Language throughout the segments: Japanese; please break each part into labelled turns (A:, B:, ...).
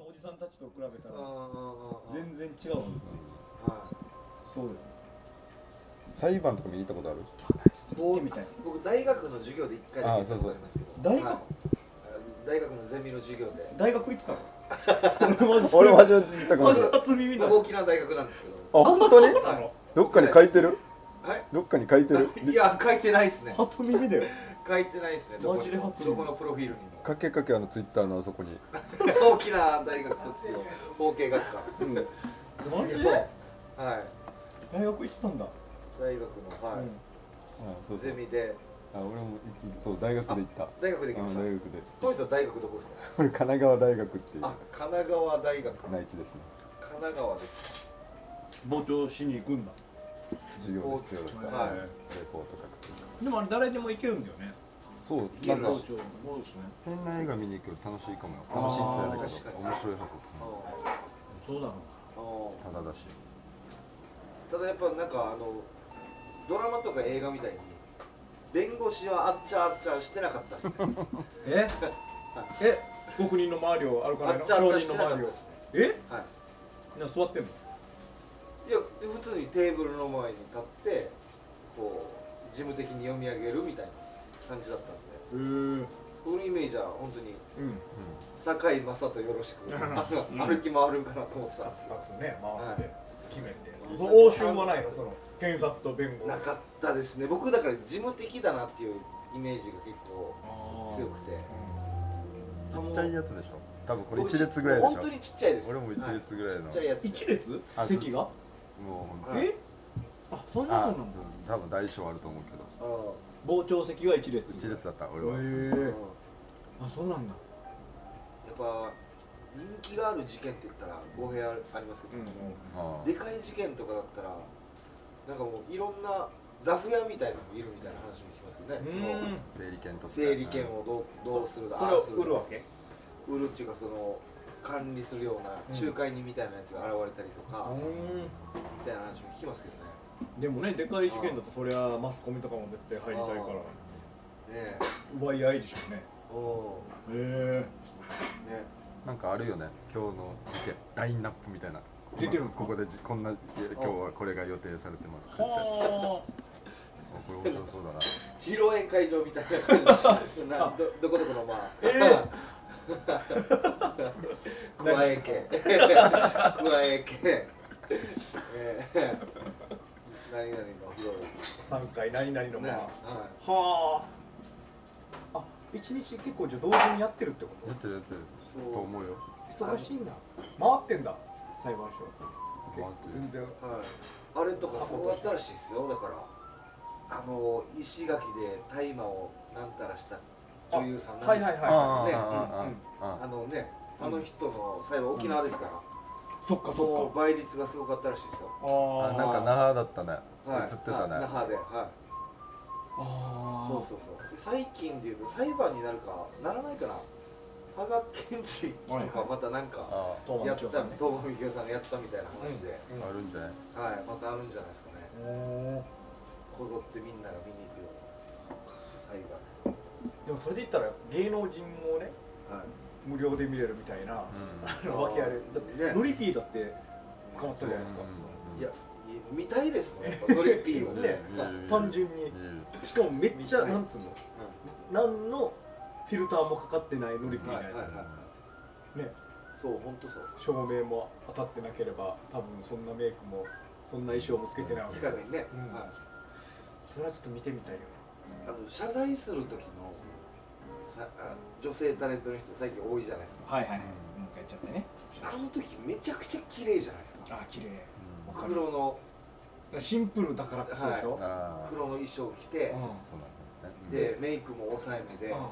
A: おじさんたちと比べた
B: あ
A: ら
B: ー
A: 全然違うっていう
B: は
A: そうです
C: 裁判とか見に行ったことある
B: い
A: 行ってみたい
B: 僕大学の授業で一回だけ行ったことありますけど
A: あそうそう大学
B: はい大学のゼミの授業で
A: 大学行ってたの俺マジ
C: 俺も初めて行ったかも
A: マ
C: し
A: ジ
C: れないあ
A: 初耳だ
B: 僕沖縄大学なんですけど
C: 本当に
A: あの
C: どっかに書いてる
B: はい
C: どっかに書いてる
B: いや書いてないですね
A: 初耳だよ
B: 書いてないですねどこ
A: マジで初
B: どこのプロフィールにも
C: かけかけあのツイッターのあそこに
B: 大きな大学卒業法系学科
A: マ
B: 卒
A: ジ
B: 業
A: で
B: はい
A: 大学行ってたんだ、
B: 大学のはい、
C: あそうそ
B: ゼ
C: う
B: ミで
C: あ俺も行きそう大学で行った
B: 大学で行き
C: あ
B: ま
C: の
B: した
C: 大学で
B: トミさん大学どこですか
C: 俺神奈川大学っていう
B: あ神奈川大学神
C: 内地ですね
B: 奈川です
A: 傍聴しに行くんだ
C: 授業で必要だった
B: はい
C: レポート書くと
A: でもあれ誰でも行けるんだよね
C: そうなんか
A: 聴そうですね
C: 変な映画見に行くの楽しいかもよ
A: あー
C: 楽しいっすよね
B: 確かに
C: 面
B: あ
C: 白いはず
A: そうだろ
B: あ
C: ただだした
B: だやっぱなんかあのドラマとか映画みたいに弁護士はあっちゃあっちゃしてなかったですね
A: うええ被告人の周りを歩か
B: あ
A: ない
B: っ
A: の
B: ちゃあっちゃし
A: 人
B: て
A: の
B: なか
A: 周
B: った
A: りを
B: ですね
A: え
B: はい
A: みんな座ってんの
B: いやで普通にテーブルの前に立ってこう事務的に読み上げるみたいな感じだったんで
A: へえうん
B: このイメージは本当に堺井雅人よろしくあの歩き回るんかなと思ってたんですけど
A: ツね
B: 回って
A: 決めて応酬はないのその検察と弁護
B: なかったですね僕だから事務的だなっていうイメージが結構強くて
C: いちっちゃいやつでしょ多分これ
B: 僕
C: 一列ぐらいでしょ
B: 本当にちっちゃいです
C: 俺も一列ぐらいの
B: はちっちゃいやつで
A: 一列
C: あそう
A: 席が
C: もう本当に
B: はい
A: えあそんなも
C: あ
A: んなんだ
C: そう多分大小あると思うけど
B: うんうん
A: 傍聴席が一列
C: 一列だった俺は
A: へえ
B: や
A: あそうなんだ
B: っぱ人気がある事件って言ったら語弊あるありますけど、
C: あ
B: でかい事件とかだったらなんかもういろんなダフ屋みたいなのもいるみたいな話も聞きますよね
A: うん
B: その
C: あ整理券と
B: 整理券をどうどうするだ
A: それ
B: あ
A: を
B: あすだ
A: 売るわけ
B: 売るっていうかその管理するような仲介人みたいなやつが現れたりとか、
A: う
B: みたいな話も聞きますけどね
A: んでもねでかい事件だとそりゃマスコミとかも絶対入りたいから
B: ねえ
A: 奪い合いでしょうね
B: お
A: へえ
B: ーね
C: なんかあるよね今日の事件ラインナップみたいな
A: 出てるんですか
C: ここでじこんないや今日はこれが予定されてますって言って
A: は
C: あこれ面白そうだな
B: 披露宴会場みたいな感じなどどこどこのまあ
A: え
B: 加え系加 え系ええ 何々の披露
A: 三回何々の
B: 宴ね
A: まあ
B: は
A: はああ一日結構じゃあ同時にやってるってこ
C: やってるやってる
B: いそう
C: と思うよ
A: と忙しいんだ回ってんだ裁判所
C: 回って
A: 全
C: る
A: 然
B: はいあれとかすごかったらしいですよだからあの石垣で大麻をなんたらした女優さんなん
A: はい
B: です
A: はいは
C: あ
B: ね
C: ーあーあーあー
B: あ
C: あ
B: のねあの人の裁判沖縄ですから、
A: いそっか
B: その
A: そっか
B: 倍率がすごかったらしいですよ
C: ーあ
A: あ
C: なんか那覇だったね
B: はい
C: 映ってたね
B: はい那覇ではい
A: あ
B: そうそうそう最近でいうと裁判になるかならないかな羽賀健治とかまたなんか
C: あ
A: う
B: やった東間美京さんがやったみたいな話で、
C: ーあるんじゃない
B: はいまたあるんじゃないですかね
A: おー
B: こぞってみんなが見に行くような裁
A: でもそれで言ったら芸能人もね
B: 判はい
A: 無料で見れるみたいな
C: う
A: あのわけあるだって
B: ね
A: ノリピーだって捕まったじゃないですか
C: ん
B: いや見たいですねやっぱノリピーを
A: ね単
C: 単純
A: 純にしかもめっちゃなんつうの何のフィルターもかかってないノリピーじゃ
B: は
A: ない
B: い
A: で
B: はい
A: す
B: は
A: か
B: い
A: ね
B: そう本当そう
A: 照明も当たってなければ多分そんなメイクもそんな衣装もつけてないわけ
B: い
A: だ
B: か
A: か
B: にね、
A: うん
B: はい
A: らそれはちょっと見てみたいよね
B: あの謝罪する時のさあ女性タレントの人最近多いじゃないですか
A: はいはい
C: はい
A: もう一回やっちゃってね
B: あの時めちゃくちゃ綺麗じゃないですか
A: あ綺麗わかる
B: 黒の
A: シンプルだからこそでしょ、
C: あー
B: 黒の衣装着て
A: うん
C: そうなんですね
B: でメイクも抑えめで
A: うん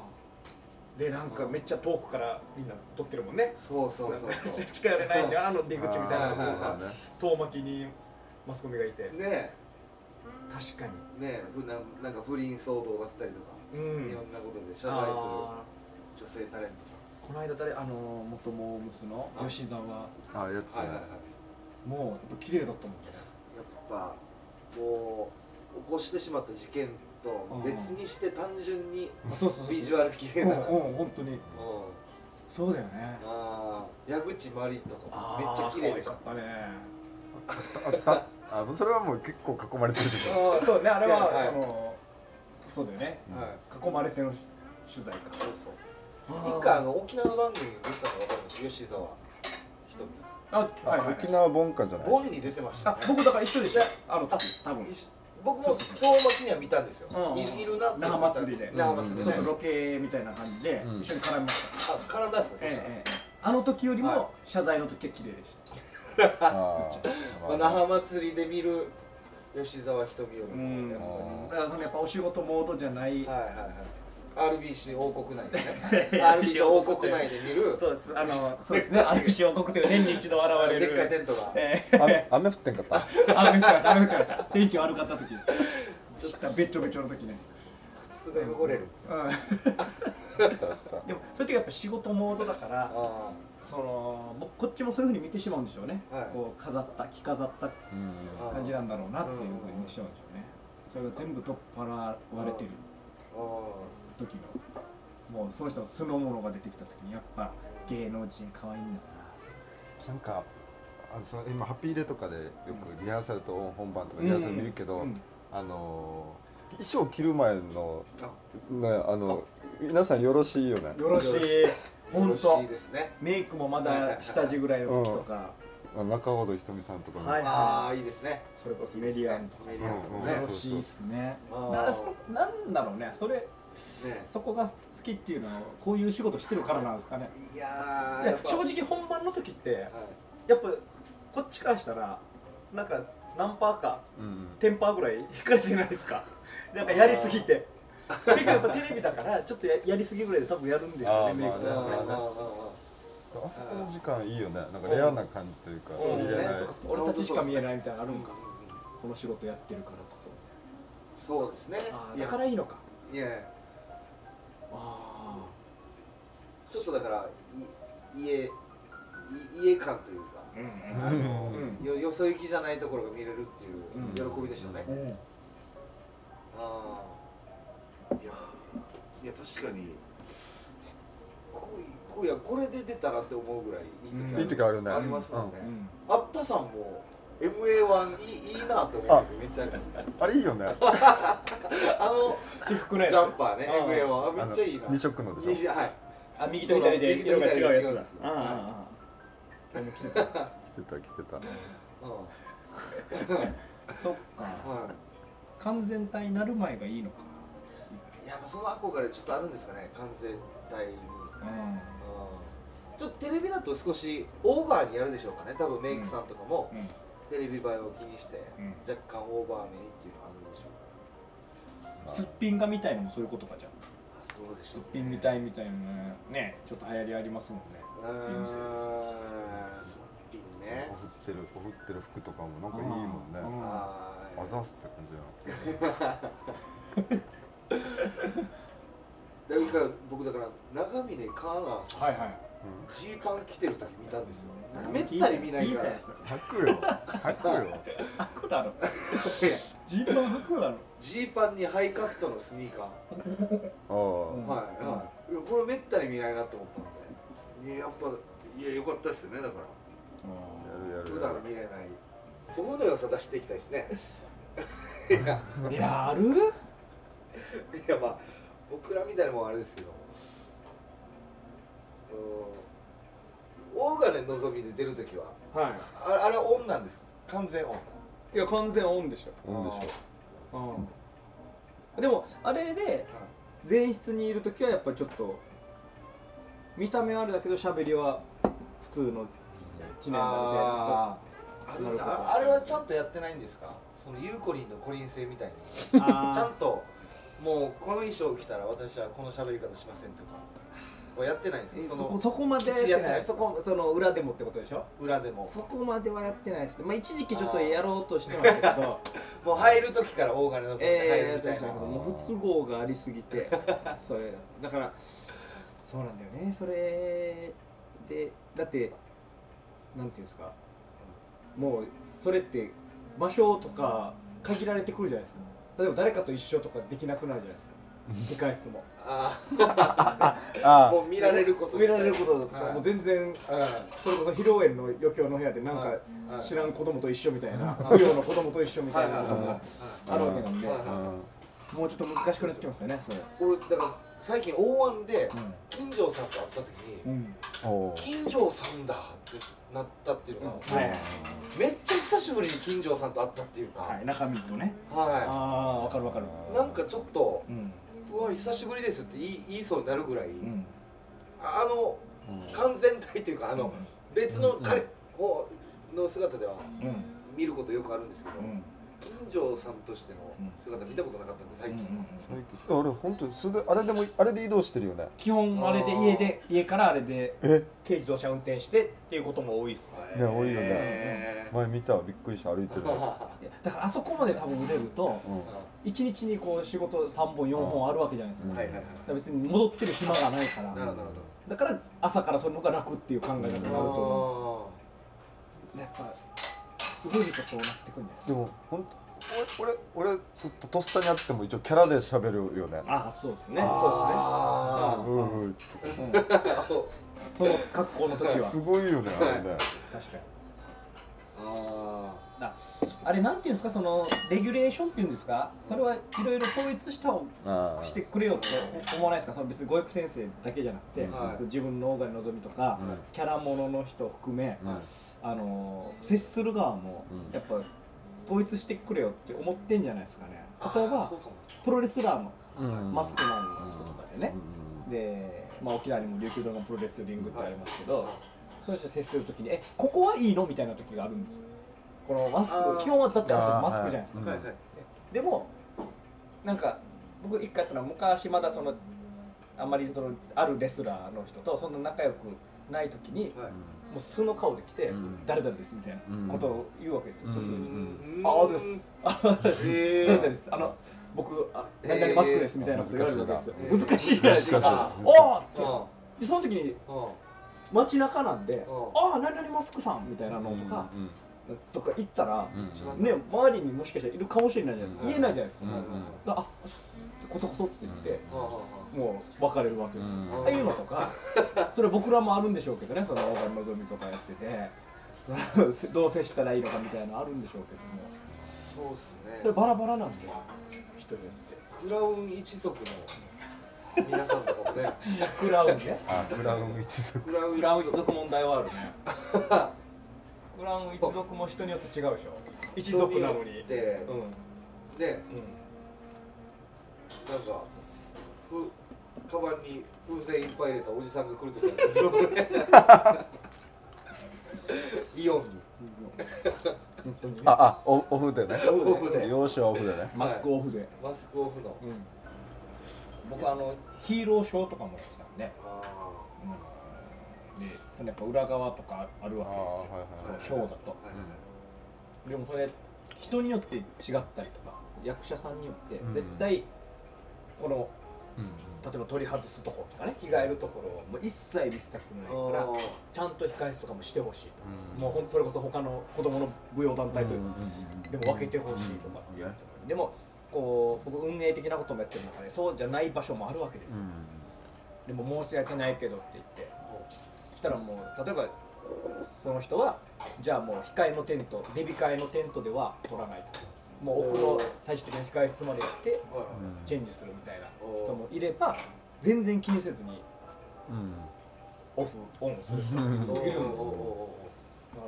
A: でなんかめっちゃ遠くからみんな撮ってるもんね
B: そうそうそう そう
A: 近寄れないんであの出口みたいなとこ
B: はい
A: ろ
B: はいは
A: が
B: い
A: 遠巻きにマスコミがいて
B: ね
A: 確かに
B: えねえふななんか不倫騒動だったりとか、
A: うん
B: いろんなことで謝罪
A: あ
B: する女性タレントさ
A: ーこの間誰あの元モームスの吉沢も
C: あーやつ
B: ん
C: だ
B: はい
C: ね
B: はいはい
A: やっぱ綺麗だったもんね
B: やっぱこう起こしてしまった事件と別にして単純に
A: あそうそうそう
B: ビジュアル綺麗だな
A: うんうん本当に
B: うん
A: そうだよね
B: ああ矢口真理とかもめっちゃ綺麗でした
A: あー可愛かったね
C: あったあもうそれはもう結構囲まれてるでしょ
A: あーそうねあれ
B: は
A: はいそのそうだよね
C: た
B: はい
A: 囲まれての取材か
B: そうそう一回あの沖縄の番組に出てたの分かるんです吉沢ひとみ
A: あ
C: あ
A: はいはい
C: 沖縄ボンカじゃない
B: ボンに出てました
A: あ
B: ね
A: 僕だから一緒でしたあの時多分
B: 一緒僕
A: そ
B: も
A: うそう
B: 遠巻きには見たんですよ
A: うん
B: いいるなって
A: 那覇祭りで
B: 那覇祭りで
A: そうそう
B: ね
A: ロケみたいな感じで
C: うん
A: 一緒に絡みました
B: あ絡んだっすかそ
A: ええ
B: したら
A: ええあの時より
B: はい
A: も謝罪の時は綺麗でした
C: あ
B: まあ
C: ー
B: 那覇祭りで見る吉沢ひとみよりもやっ
C: うん
A: だからそのやっぱお仕事モードじゃない
B: ぱりはいはいはい RBC 王国内です ね RBC 王国内で見る
A: そうですあのそうですね RBC 王国という年に一度現れ
B: で
A: る
B: っかいテントが
A: ええ
C: あ雨降ってんかった
A: 雨降ってました雨降ってました天気悪かった時ですちょっとべっちょべちょの時ね
B: 靴が汚れる
A: でもそういう時はやっぱ仕事モードだから
B: あ
A: そのもうこっちもそういうふうに見てしまうんでしょうね、
B: はい
A: こう飾った着飾った
C: うん
B: あ
A: 感じなんだろうなっていうふう
B: うん
A: に見てしまうんでしょうねそれが全部取っ払われてる
B: あー
A: 時のもうその人の素のものが出てきた時にやっぱ芸能人可愛いんだ
C: なんかあのその今ハッピーレとかでよくリハーサルと本番とかリハーサル見るけど、
A: うんうん
C: あのー衣装着る前の
B: あ
C: ねあの皆さんよろしいよね
A: なよろしい
B: よろし
A: 本
B: よろ
A: 当
B: しいですね
A: メイクもまだ下地ぐらいの時とか、
C: 中尾ひとみさんとかも、
D: はい
B: ああいいですね
A: それこそメディアンとか
B: メディアンとか
C: うん
B: ね
A: よろしいっすね
B: あー
A: だからそなんだろうねそれ
B: ね
A: そこが好きっていうのはこういう仕事してるからなんですかね
B: いや
A: い
B: ー
A: や
B: やっぱ
A: 正直本番の時って
B: はい
D: やっぱこっちからしたらなんか何パーか
C: うん
D: テンパーぐらい引かれてないですかなんかやりすぎて結構やっぱテレビだからちょっとややりすぎぐらいで多分やるんですよ
C: あー
D: ねメイク
C: ま
D: と
C: あ
D: か
C: ね
D: ね
B: まあまあまあ
C: あそこの時間いいよねなんかレアな感じというか、
D: うん
C: 入れない
B: そうですね
A: 俺たちしか見えないみたいなのある
B: ま
A: ん
B: あ
A: かこの仕事やってるからこそ
B: そうですね
A: あ
B: い
A: だ
B: や
A: からいいのか
B: いや
A: あ
B: ちょっとだからい家い家感というか
A: あうん
B: あの
A: うん
B: よよそ行きじゃないところが見れるっていう
A: うん
B: 喜びでしょうね
A: う、ん
B: ああいやいや確かにこいやこれで出たらって思うぐらい
A: うん
B: いい時ある、
A: いい
C: 時あるよね
B: ありますもんね、
A: うん
B: あったさんも MA1 いいいいなって思う時めっちゃありますね
C: あれいいよね
B: あ の
A: 私服のや
B: ジ
A: つ
B: ャンパーね
A: あー
B: MA1
C: あ
B: あめっちゃいいな
C: 2色のでしょ
B: 二色はい
A: あ右と左で色が違うやつだああああああ今日も着てた
C: 着てた着てた
B: う
A: そっか
B: んは
A: 完全体になる前がいいのか
B: い、やっぱその憧れちょっとあるんですかね完全体に、うん、
A: うん
B: ちょっとテレビだと少しオーバーにやるでしょうかね多分メイクさんとかも
A: うん
B: テレビ映えを気にして
A: うん
B: 若干オーバーめにっていうのはあるでしょう
A: すっぴんがみたいのもそういうことかじゃん
B: かあそうでし
A: す
B: ょ
A: っ
B: う
A: ぴんみたいみたいなねねちょっと流行りありますもんね
B: うーんすっぴんね
C: おふってるおふってる服とかもなんかいいもんね
A: うん
B: あ
C: あ
B: ー
C: ざすって感じだな
B: だから僕だから長峰カーナーさん
A: はいはい
B: ジーパン着てる時見たんですよめったに見ないか
A: 聞
B: らい
A: たやつだ
C: 履くよ 履くよ
A: 履くだろ
B: や
A: ジーパン履くだろ
B: ジーパンにハイカットのスニーカー
C: あ
A: う
C: ー
A: ん
B: はいはい、いやこれめったに見ないなと思ったのでいややっぱいや良かったですよねだから
C: やる
B: 普
C: や
B: 段見れない僕の良さ出していきたいです ね
A: やる
B: いやまあ僕らみたいなもんはあれですけどうんオーガネのぞみで出るときは
A: は
B: ああれはオンなんですか完全オン
A: いいや完全オンでし
C: るうんでしょ
A: ょうんでもあれで前室にいる時はやっぱちょっと見た目はあれだけど喋りは普通の知念だ
B: あーあるんだ
A: なるほど
B: ああれはちゃんとやってないんですかそのゆうこりんのコリン星みたいに
A: みたいな
B: ちゃんともうこの衣装着たら私はこの喋り方しませんとかはやってないんですよ
A: そ
B: そ
A: こ
B: の
A: そこまでやっ
B: きっちりや
A: て
B: ってない
A: ない
B: です
A: そこその裏でもってことでしょ
B: 裏でも
A: そこまではやってないですねまあ一時期ちょっとやろうとしてました けど
B: もう入る時から大金のぞで入
A: ええ
B: る
A: や
B: み
A: って
B: た
A: ま
B: い
A: した
B: な、
A: けどもう不都合がありすぎ てそれだからそうなんだよねそれでだってなんていうんですかもうそれって場所とか限られてくるじゃないですか例えば誰かと一緒とかできなくなるじゃないですか 控室も
B: ああ
C: あ
B: もう見られること
A: 見られることだとか、
B: はい
A: もう全然
B: とうん
A: それこそ披露宴の余興の部屋でなん
B: は
A: か
B: いはい
A: 知らん子供と一緒みたいな
B: はい
A: 不良の子供と一緒み
B: は
A: た
B: い
A: いな
B: はい
A: こと
B: はいは
A: も
B: い
A: あるわけなんで
B: はい
C: あうん
A: もうちょっと難しくなってきますよねそれ
B: 俺だから最近大湾で金城さんと会った時に
A: うん、うん、
C: おー
B: 金城さんだってなったっていうのが、
D: はい
B: めっちゃ久しぶりに金城さんと会ったっていうか
D: は、
B: はい
D: 中身とね
B: い、
A: ああわかるわかる
B: なんかちょっと
A: うん
B: うわ久しぶりですって言い言いそうになるぐらい、
A: うん
B: あの完全体というかあの別の彼をの姿では
A: うん
B: 見ることよくあるんですけど、
A: うん
B: 金城さんとしての姿見たことなかったんで最
A: うんう
B: 近、
A: ん
C: 最近あれ本当に素であれでもあれで移動してるよね
A: 基本あれで家で家からあれで
C: え
D: 軽自動車運転してっていうことも多いですね
C: ね多いよね
B: へー
C: 前見たわびっくりした歩いてるの
A: だからあそこまで多分売れると
C: うん
A: 1日にこう仕事3本4本あるわけじゃないですか,、
C: うん
B: はいはいはい
A: だから別に戻ってる暇がないか
B: な
A: ら
B: るほどなるほ
A: だ
B: ど
A: から朝からその方が楽っていう考え方になると思うんですやっぱ売れるとそうなってくるんじゃないですか
C: でも本当俺俺俺ちょっととっさにあっても一応キャラで喋るよね
A: ああそうですね
B: あ
C: う
B: ー
C: んうん
A: その格好の時は
C: すごいよねあれね
A: 確かに
B: あ
A: だあれなんていうんですかそのレギュレーションっていうんですかそれはいろいろ統一した方
C: あ
A: してくれよって思わないですかその別に語訳先生だけじゃなくて、
B: はい
A: 自分のオーガニのぞみとか、
C: うん
A: キャラものの人含め、
C: うん
A: あのー接する側も
C: うん
A: やっぱ統一してくれよって思ってんじゃないですかね
B: ー
A: 例え
B: あー
A: ば
B: そうかも
A: プロレスラーの
C: うん
A: マスクマンの人とかでね、で、まあ、沖縄にも琉球ドラゴンプロレスリングってありますけど、そういう人と接するときに「えここはいいの?」みたいな時があるんですよこのマス
B: あー
A: ク基本はだってあの人マスクじゃないですか、
C: うん
B: はいはい
A: でもなんか僕一回やったのは昔まだそのあんまりそのあるレスラーの人とそんな仲良くない時に、
B: はい
A: もう素の顔で来て
C: うん
A: 「誰々です」みたいなことを言うわけですよ、
C: うん
A: 普通に「
B: うん
A: ああそう です」あ「そうです」
B: へー
A: 誰々です」あの「僕あ何々マスクです」みたいなこと言われるわけですよ、
B: えー
A: 難しいじゃないですか
C: 難しい
B: あ
A: おーって
B: ーうん
A: でその時に
B: うん
A: 街中なんで「
B: う
A: ああ何々マスクさん」みたいなのとか、とか行ったら、
B: うん
A: ね周りにもしかしたらいるかもしれないじゃないですか、
B: うん
A: 言えないじゃないですか、
C: うんうん
A: だあこそこそって言って、
B: あー
A: もう別れるわけですよ、
C: うん
A: ああいうのとかそれ僕らもあるんでしょうけどねその大金のぞみとかやって てどう接したらいいのかみたいなのあるんでしょうけども
B: そうですね
A: それバラバラなんで人によっ
B: クラウン一族の皆さんとかもね
A: てクラウンね
C: あクラウン一族
B: クラウン
A: クラウン一族問題はあるねクラウン一族も人によって違うでしょ一族なのに
B: で
A: うん、うん、
B: ねなんかふカバンに風船いっぱい入れたおじさんが来るとかあるんですよねイオンに
A: 本当にね
C: ああオオフでね
B: オフで
C: 容姿はオフでね
A: マスクオフで、
B: マスクオフの
A: うん、僕あのヒーローショーとかもしてたんで
B: あ
A: でそのやっぱ裏側とかあるわけですよ、
C: あーはいは
B: は
C: い
B: い
A: そのショーだと
B: ーはいは
A: でもそれ人によって違ったりとか役者さんによって
C: うん
A: 絶対この、
C: うん
A: 例えば取り外すとことかね着替えるところをもう一切見せたくない
B: い
A: から
B: あー
A: ちゃんと控え室とかもしてほしいと、
C: うん
A: もうほんとそれこそ他の子供の舞踊団体というか、
C: うん
A: でも分けてほしいとかっていう人もいるでもこう僕運営的なこともやってる中でそうじゃない場所もあるわけですよ、でも申し訳ないけどって言ってしたらもう例えばその人はじゃあもう控えのテントデビ会のテントでは取らないとかもう奥の最終的な控え室までやって
B: はいはい
A: チェンジするみたいな人もいれば全然気にせずに
C: うん
A: オフオンする人もいるんですよだから
B: おーお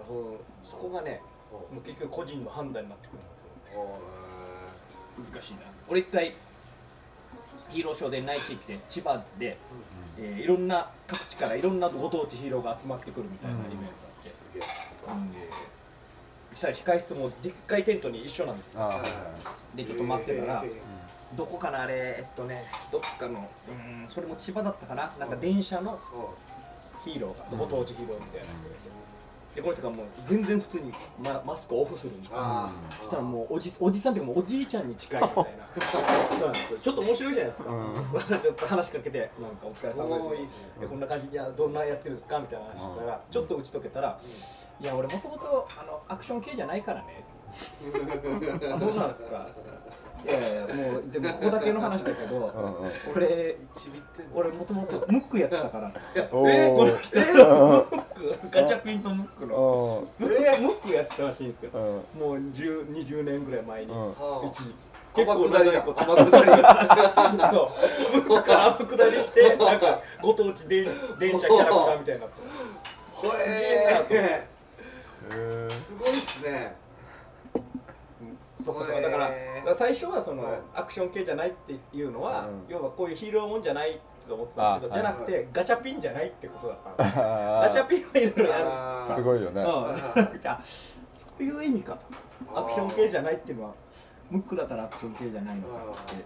A: そのそこがね
B: ーおー
A: もう結局個人の判断になってくるんだ
B: お
A: けど難しいな俺一回ヒーローショーで内地行って千葉で、えーいろんな各地からいろんなご当地ヒーローが集まってくるみたいなイベントがあって
B: ー、すげえ
A: うんでそしたら控室もでっかいテントに一緒なんですよ
C: あはい
A: でちょっと待ってたら、
B: えー
A: どこかなあれえっとねどっかのうーんそれも千葉だったかななんか電車の
B: おー
A: ヒーローがご当地ヒーローみたいな人がいてでこの人がもう全然普通にママスクをオフするんですよ
B: あー
A: そしたらもうおじおじさんっていうかもうおじいちゃんに近いみたいなそうなんですよちょっと面白いじゃないですか、
C: うん
A: ちょっと話しかけてなんかお疲れ様
B: お
A: で
B: ー
A: す
B: いいっすね
A: でこんな感じいやどんなやってるんですかみたいな話したら、
C: うん
A: ちょっと打ち解けたら、いや俺もともとあのアクション系じゃないからねっつってあそうなんすかいやいやもうでもここだけの話だけ
C: う
A: ど
C: ん うん
A: 俺
B: ちびってんの
A: 俺もともとムックやってたから
C: お
A: こ
C: ー
A: の人ムックガチャピンとムックの
C: うん
A: ムックやってたらしいんですよ
C: うん
A: もう10 20年ぐらい前に
C: うん
B: は
A: 一時
B: あ
A: 結構
B: 天下
A: 長
B: りだ
A: いこと
B: 天下り だ
A: そうムックから天下り してなんかご当地電電車キャラクターみたいになって
B: これすげえ
C: へー
B: なすごいっすね
A: そうかそうかだから
B: へー
A: だから最初はその、
B: はい
A: アクション系じゃないっていうのは、
C: うん
A: 要はこういうヒーローもんじゃないと思ってたんですけど
C: あ
A: じゃなくて、ガチャピンじゃないってことだったんですガチャ
C: あ
A: ピンはいろいろや
B: あ
C: ー
B: ー
C: すごいよね
A: るうんじゃなくてあそういう意味かと
B: あ
A: ア
B: ー
A: クション系じゃないっていうのはムックだからアクション系じゃないのかって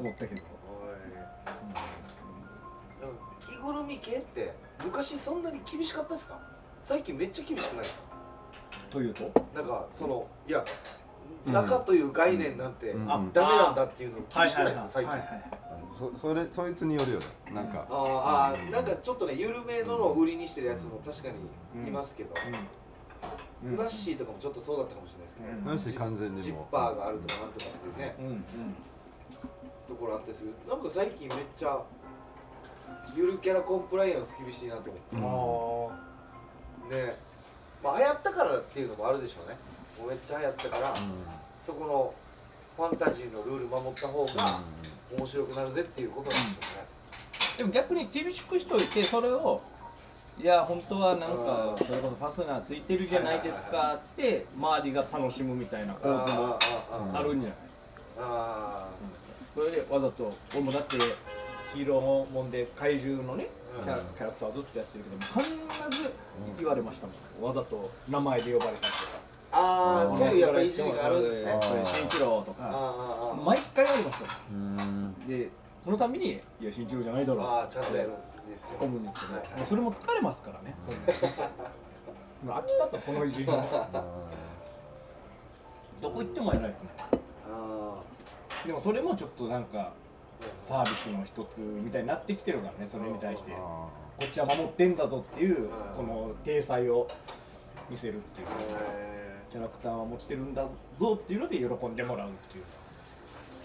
A: 思ったけど、
B: おいでも着ぐるみ系って昔そんなに厳しかったですか最近めっちゃ厳しくないですか
A: というと
B: なんかそのいや
C: うん
B: 中という概念なんて、
C: うん
B: あダメなんだっていうの厳しくないですか最近、
C: そそれそいつによるよねなんか
B: あーあーなんかちょっとね緩めののを売りにしてるやつも確かにいますけど、
A: うん
B: ふなっしーとかもちょっとそうだったかもしれないですけど、
A: うん
C: なし完全にもう
B: ジッパーがあるとかなんとかっていうね
A: うんうん
B: ところあったんですけどなんか最近めっちゃゆるキャラコンプライアンス厳しいなって思って、ああねまあ流行ったからっていうのもあるでしょうねもうめっちゃ流行ったから、そこのファンタジーのルール守った方が面白くなるぜっていうことなんでしょ
A: でも逆に厳しくしといてそれをいや本当はなんか
B: あー
A: それこそファスナーついてるじゃないですかって周りが楽しむみたいな構
B: うね
A: 図も
B: あーあーあー
A: あるんじゃない
B: あ
A: それでわざと俺もだってヒーローもんで怪獣のねキャラキャラクターをずっとやってるけど必ず言われましたもんわざと名前で呼ばれたりとか
B: ーあーそういうやっぱいじりがあるんですね
C: あ
B: あ
C: ー
A: そういう新一郎と
B: ー
A: か
B: あーあー
A: 毎回ありましたも
C: うんうん
A: んでそのたびに「いや新一郎じゃないだろ」
B: あーちゃんとやるんです
A: 突っ
B: よ
A: 込むんですけど、
B: はい
A: もうそれも疲れますからね。もう飽きたとこのいじりはどこ行っても偉いと思
B: あ
A: うでもそれもちょっとなんか
B: ー
A: サービスの一つみたいになってきてるからねそれに対してこ
C: あ
A: っちは守ってんだぞっていう
B: うん
A: この体裁を見せるっていう
B: え
A: キャラクターは持ってるんだぞっていうので喜んでもらうっていう
C: ー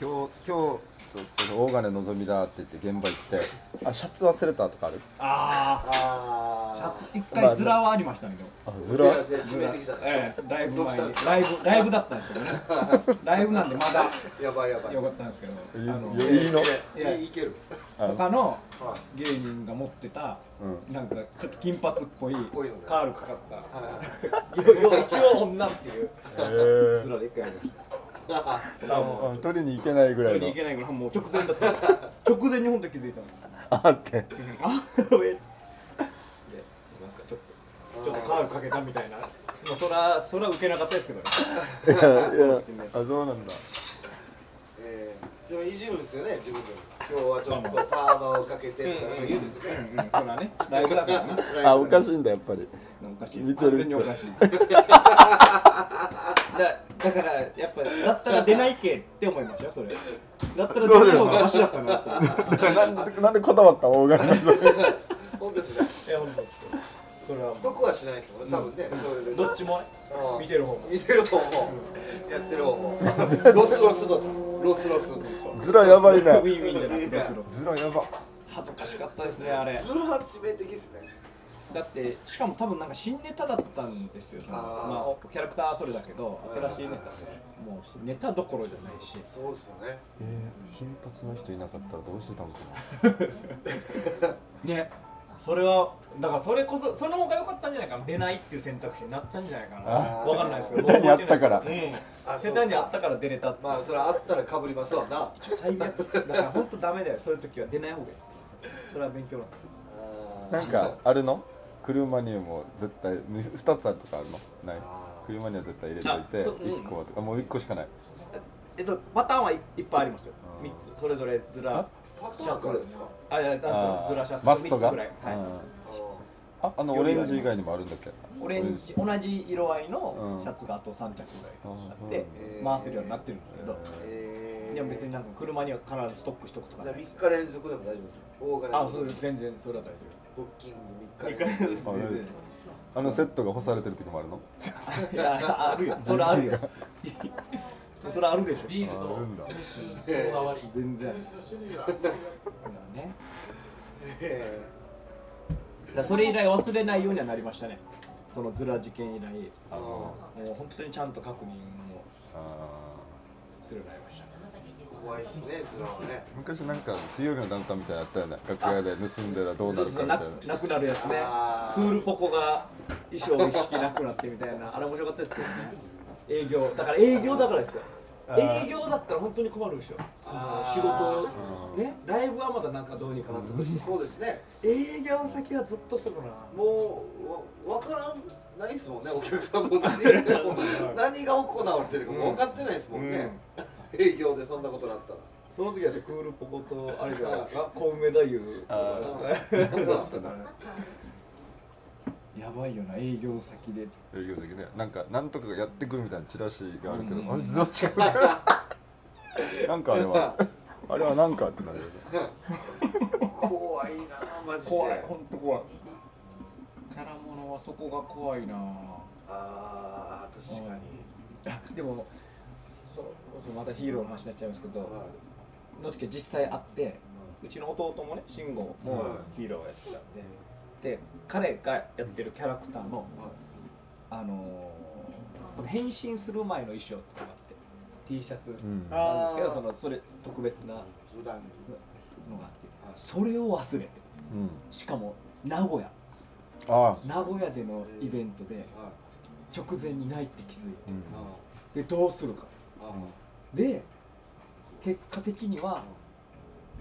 C: 今日今日ちょっとその大金のぞみだって言って現場行ってあシャツ忘れたとかある
A: あ
B: ー
A: あ
B: あー
A: シャツ一回ズラはありましたねでも
C: あ
B: い
C: ずら
B: やいや致命的じゃない
A: ええライブ前
B: どう
A: に
B: した
A: ライブライブだったんですけどねライブなんでまだ
B: やばいやばい
A: よかったんですけど
C: いい
A: あの
C: いいの
B: いやいいいける
C: あ
A: 他の
B: は
A: 芸人が持ってた
C: うん
A: なんかちょっと金髪っぽい
B: ぽいのね
A: カールかかっ
B: いはいは
A: た
B: い
A: よよ一応女っていう
C: へー
A: 面で一回やりましただからも
C: あ取りに行けないぐ
A: う
C: ら
A: 取りに
C: い
A: 行
C: の
A: けないからもう直前だった直前に本当に気づいたの
C: あって
A: あ上でなんかちょっとちょっとカールかけたみたいなもうそらそら受けなかったですけどね
C: いやいやあそうなんだ
B: えーでもいじるんですよね自分でも今日はちょっとパーマをかけてとか言うんですよね
A: うんうんそらねライブだからね
C: あおか
B: い
C: しいんだやっぱり
A: おかしい
C: 見てる
A: 完全に
C: 人
A: おかしい だだからやっぱだったら出ないけって思いましたよそれだったら出ない方がマシだったなって
C: だからなんでなんでこだわった大金の ぞ
B: 本当ですね
A: いや本当ですよそれはも
B: 僕はしないですもんね多分ねそれ
A: う
B: で
A: どっちも
B: あー
A: 見てる方も
B: 見てる方もやってる方もロスロスだロスロス
C: みずらやばい
A: ウィ
C: な
A: ンウィンじゃなくてどうする
C: ずらやば
A: 恥ずかしかったですねあれ
B: ズルは致命的ですね
A: だってしかも多分なんか新ネタだったんですよその
B: あー
A: まあキャラクターはそれだけど新しいネ
B: はいはいはい
A: タもうネタどころじゃないし
B: そうですよね
C: えー金髪の人いなかったらどうしてたのか
A: ねそれはだからそれこそその方が良かったんじゃないかな出ないっていう選択肢になったんじゃないかな
B: あー
A: わかんないですけど
C: 下手にあったから
A: 僕は出ないうん
B: あ
A: 下手にあったから出れたって
B: まあそれあったらかぶりますわなあ
A: 最悪だから本当ダメだよそういう時は出ない方がいいそれは勉強だ
B: ー
C: なんかあるの車にも絶対み二つあるとかあるのない
B: あー
C: 車には絶対入れといて
A: あそううん
C: 一個はとかもう一個しかない
A: えっとパターンはい、いっぱいありますよ
C: うん
A: 三つそれぞれずら
B: パターンあるんですか
A: あいやなんつうの
C: あ
A: ずらシャ
C: ー
A: ツ
C: マスト
A: 三
C: が
A: つぐらい、はい
C: うん
B: あー
C: ああのオレンジ以外にもあるんだっけ
A: オレンジ同じ色合いの
C: うん
A: シャツがあと3着ぐらいあって
B: うん
A: 回せるようになってるんですけど、
B: えー
A: いや別になんか車には必ずストックしとくとかない
B: 3日連続でも大丈夫ですか大金
A: あそう全然それは大丈
B: ブッキング3
A: 夫
B: 日連続
C: あ
A: 全然
C: うんあのセットが干されてる時もあるの
A: いやあるよそれあるよそれあるでしょ
E: ビール
C: ああるんだ
E: と日清ソーダ割り
A: 全然あるね
B: え
A: だからそれ以来忘れないようにはなりましたねそのズラ事件以来
C: あの
A: もう本当にちゃんと確認を
C: あ
A: するようになりましたね
B: ー怖いっすねズラはね
C: ー昔なんか水曜日のダウンタウンみたいなのやったよね楽屋で盗んでらどうな
A: そ
C: る
A: う
C: か
A: そう
C: み
A: な
C: たいな
A: なくなるやつね
B: あー
A: フールポコが衣装一式なくなってみたいなあれ面白かったですけどね営業だから営業だからですよ営業だったら本当に困るでしょその仕事ねライブはまだなんかどうにかなったとして
B: そうですね
A: 営業先はずっとするな
B: もうわわからんないっすもんねお客さんも何がも何が行われてるかも分かってないっすもんね、営業でそんなことなったら
A: その時だってクールポコとあれじゃないですか小梅太夫
C: あ
A: やばいよな営業先で
C: 営業先ねなんかなんとかがやってくるみたいなチラシがあるけど、
A: うん
C: あれずら違うなんかあれはあれはなんかってなるよね
B: 怖いなあマジで
A: 怖い本当怖いキャラものはそこが怖いな
B: あー確か に、
A: でもそうそうまたヒーローの話になっちゃいますけど
B: は
A: の時は実際会ってうちの弟もね慎吾も
B: は
A: ヒーローをやってたんでで彼がやってるキャラクターの
B: いはい
A: あのーその変身する前の衣装っていうのがあって T シャツ
C: うん
B: あ
A: なんですけどそのそれ特別なのが
B: 普段
A: あってそれを忘れて
C: うん
A: しかも名古屋
C: あ
A: 名古屋でのイベントで
B: はい
A: 直前にないって気づいて
C: ー、うん、
B: あ
A: でどうするか
B: ああ
A: で結果的には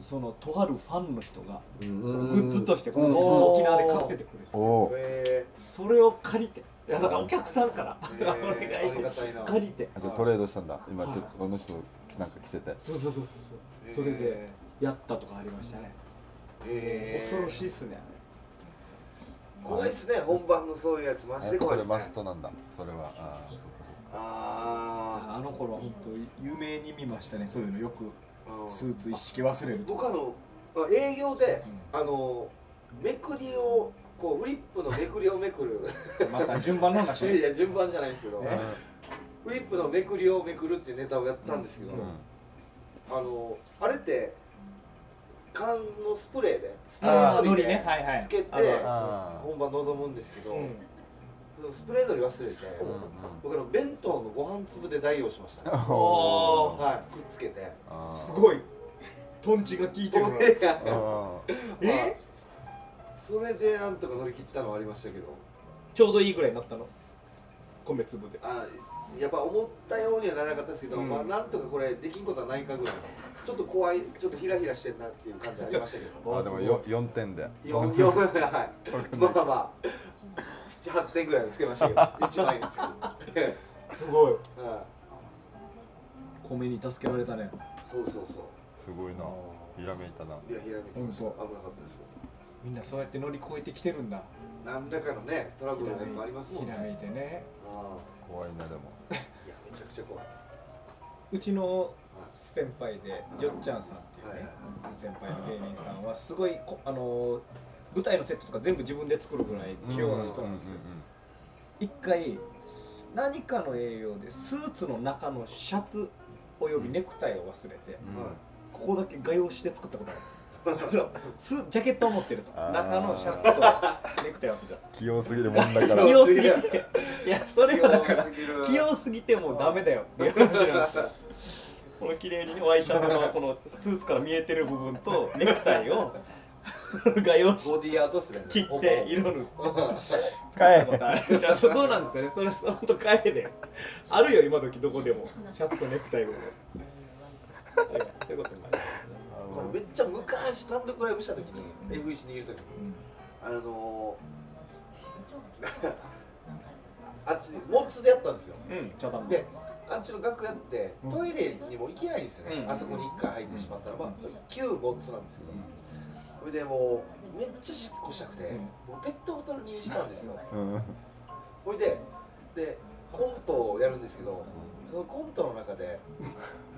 A: そのとあるファンの人が
C: うん
A: そのグッズとしてこの
C: うん
A: 沖縄で買っててくれて
C: おお
B: え
A: それを借りていやだからお客さんからお
B: えー
A: 願いし
B: ありが
A: て
B: たいな
A: 借りて
C: あじゃあトレードしたんだ今
A: はい
C: ちょっとあの人なんか着てて
A: そうそうそうそう
B: えー
A: それでやったとかありましたね
B: えー
A: 恐ろしいっすね
B: 怖いっすね本番のそういうやつマ
C: あ
B: ジ
C: やっ
B: で
C: ぱそ
B: 怖いっ
C: れ
B: す
C: マ
B: ね
C: ストなんだそれはあーそうか
B: あ
A: ああの頃は本当有名に見ましたねそういうのよく
B: あ、うん
A: スーツ一式忘れると
B: 僕あのあ営業で、あのめくりをこうフリップのめくりをめく る
A: また順番の話
B: いやいや順番じゃないですけど、フリップのめくりをめくるっていうネタをやったんですけど、
C: そうか
B: あのあれって缶のスプレーでスプレ
A: あ
B: ー
A: あ
B: の
A: の
B: り
A: り
B: で
A: ねはいはい
B: つけて
A: あの
C: あー
B: 本番臨むんですけど、
A: うん
B: そのスプレーのり忘れて、
C: うんうん
B: 僕あの弁当のご飯粒で代用しました、ね、
A: おー
B: はいくっつけて
C: あー
A: すごいトンチが効いてるな
C: あー
A: え
B: それでなんとか乗り切ったのはありましたけど
A: ちょうどいいぐらいになったの米粒で
B: あやっぱ思ったようにはならなかったですけど、
A: うん
B: まあなんとかこれできんことはないかぐらいちょっと怖いちょっとヒラヒラしてんなっていう感じはありましたけど
C: あーでもよ4点で
B: 四四はいまあまあ七八点ぐらいはつけましたけど一枚につける
A: すごい
B: は
A: 米に助けられたね
B: いそうそうそ
C: すごいなひらめいたな
B: ういやひらめきました
A: うんそ
B: 危なかったです
A: みんなそうやって乗り越えてきてるんだ
B: 何らかのねトラブルがやっぱありますもん
A: ひ
B: ね
A: らめいてね
B: あ
C: 怖いなでも
B: あいやめちゃくちゃ怖いう
A: ちの先輩でよっちゃんさんっていう
B: はい
A: ね先輩の芸人さんはすごいこあのー舞台のセットとか全部自分で作るぐらい器用な人なんですよ一回何かの栄養でスーツの中のシャツおよびネクタイを忘れて、
C: うんうんうん
B: はい
A: ここだけ画用して作ったことあるんですよ あのスジャケットを持ってると
C: あー
A: 中のシャツとネクタイを忘れて
C: 器用すぎるもんだか
A: た
C: ら
A: 器用すぎていやそれはだから
B: 器用すぎる
A: 器用すぎてもうダメだよっていう話なんですよこの綺麗にワイシャツのこのスーツから見えてる部分とネクタイを 画用し
B: ボディアートっすね
A: 切って色塗って
C: 使え
A: あれじゃあそそうなんですよねそれそのと帰れであるよ今時どこでもシャツとネ クタイもそういうことになる
B: これめっちゃ昔単独ライブした時に F1 にいる時に、あのー、あっちにモッツでやったんですよ
A: うん茶碗
B: であっちの楽屋ってトイレにも行けないんですよね、
A: うん
B: あそこに1回入ってしまったらまあ旧モッツなんですけどそれでもうめっちゃしっこしたくて、もうペットボトルにしたんですよ
C: うん うん
B: ほいででコントをやるんですけどそのコントの中で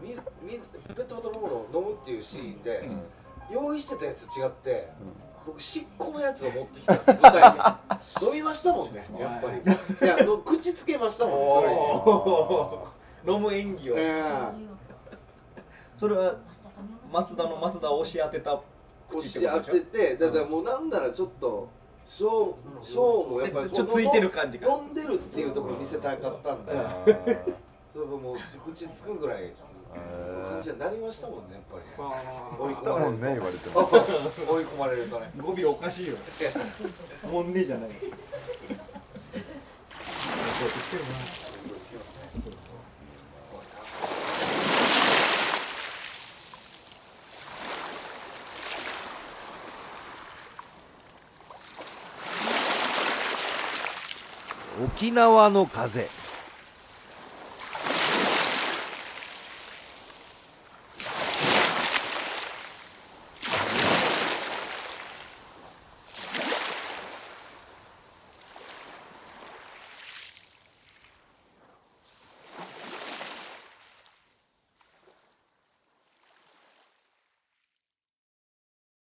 B: 水水ペットボトルのものを飲むっていうシーンで、 用意してたやつと違って、僕しっこのやつを持ってきたんです舞台に飲みまししたもんねやっぱりいやの口つけましたもん
D: お ー飲む演技
B: そ
D: を、
B: れね
A: それは松
E: 松田
A: 田
E: の
A: の松
E: 松田
A: 田
E: を
A: を
E: 押
A: 押
E: し
A: し
E: 当
A: 当てた
B: 押し当
E: てた
B: ててだからもうなんならちょっとショーンショーンもやっぱり
A: ちょっとついてる感じが
B: 飲んでるっていうところ見せたかったんで
C: ー
B: それもう口つくぐらいの感じになりましたもんねやっぱり追い
C: し
B: 込
C: た
B: まれ
C: も
B: る
C: んね言われて
B: と
C: も
B: 追い込まれるとね
A: 語尾おか しいよもんね じゃない
F: 沖縄の風